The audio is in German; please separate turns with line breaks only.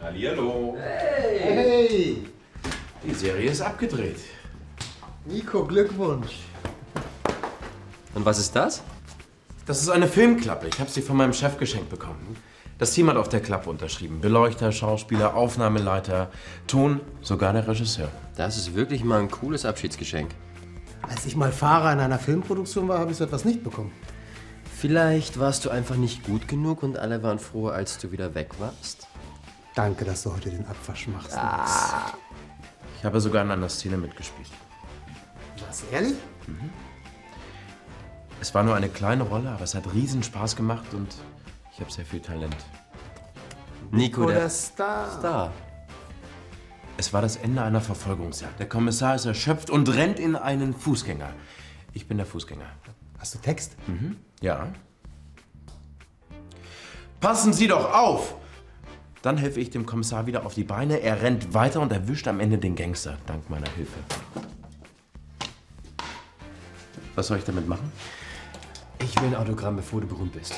Hallihallo.
Hey,
Die Serie ist abgedreht.
Nico, Glückwunsch.
Und was ist das?
Das ist eine Filmklappe. Ich habe sie von meinem Chef geschenkt bekommen. Das Team hat auf der Klappe unterschrieben. Beleuchter, Schauspieler, Aufnahmeleiter, Ton, sogar der Regisseur.
Das ist wirklich mal ein cooles Abschiedsgeschenk.
Als ich mal Fahrer in einer Filmproduktion war, habe ich so etwas nicht bekommen.
Vielleicht warst du einfach nicht gut genug und alle waren froh, als du wieder weg warst.
Danke, dass du heute den Abwasch machst. Ah.
Ich habe sogar in einer Szene mitgespielt.
Was, ehrlich?
Es war nur eine kleine Rolle, aber es hat riesen Spaß gemacht und ich habe sehr viel Talent.
Nico,
Oder
der
Star?
Star.
Es war das Ende einer Verfolgungsjagd. Der Kommissar ist erschöpft und rennt in einen Fußgänger. Ich bin der Fußgänger.
Hast du Text?
Ja. Passen Sie doch auf! Dann helfe ich dem Kommissar wieder auf die Beine. Er rennt weiter und erwischt am Ende den Gangster, dank meiner Hilfe. Was soll ich damit machen?
Ich will ein Autogramm, bevor du berühmt bist.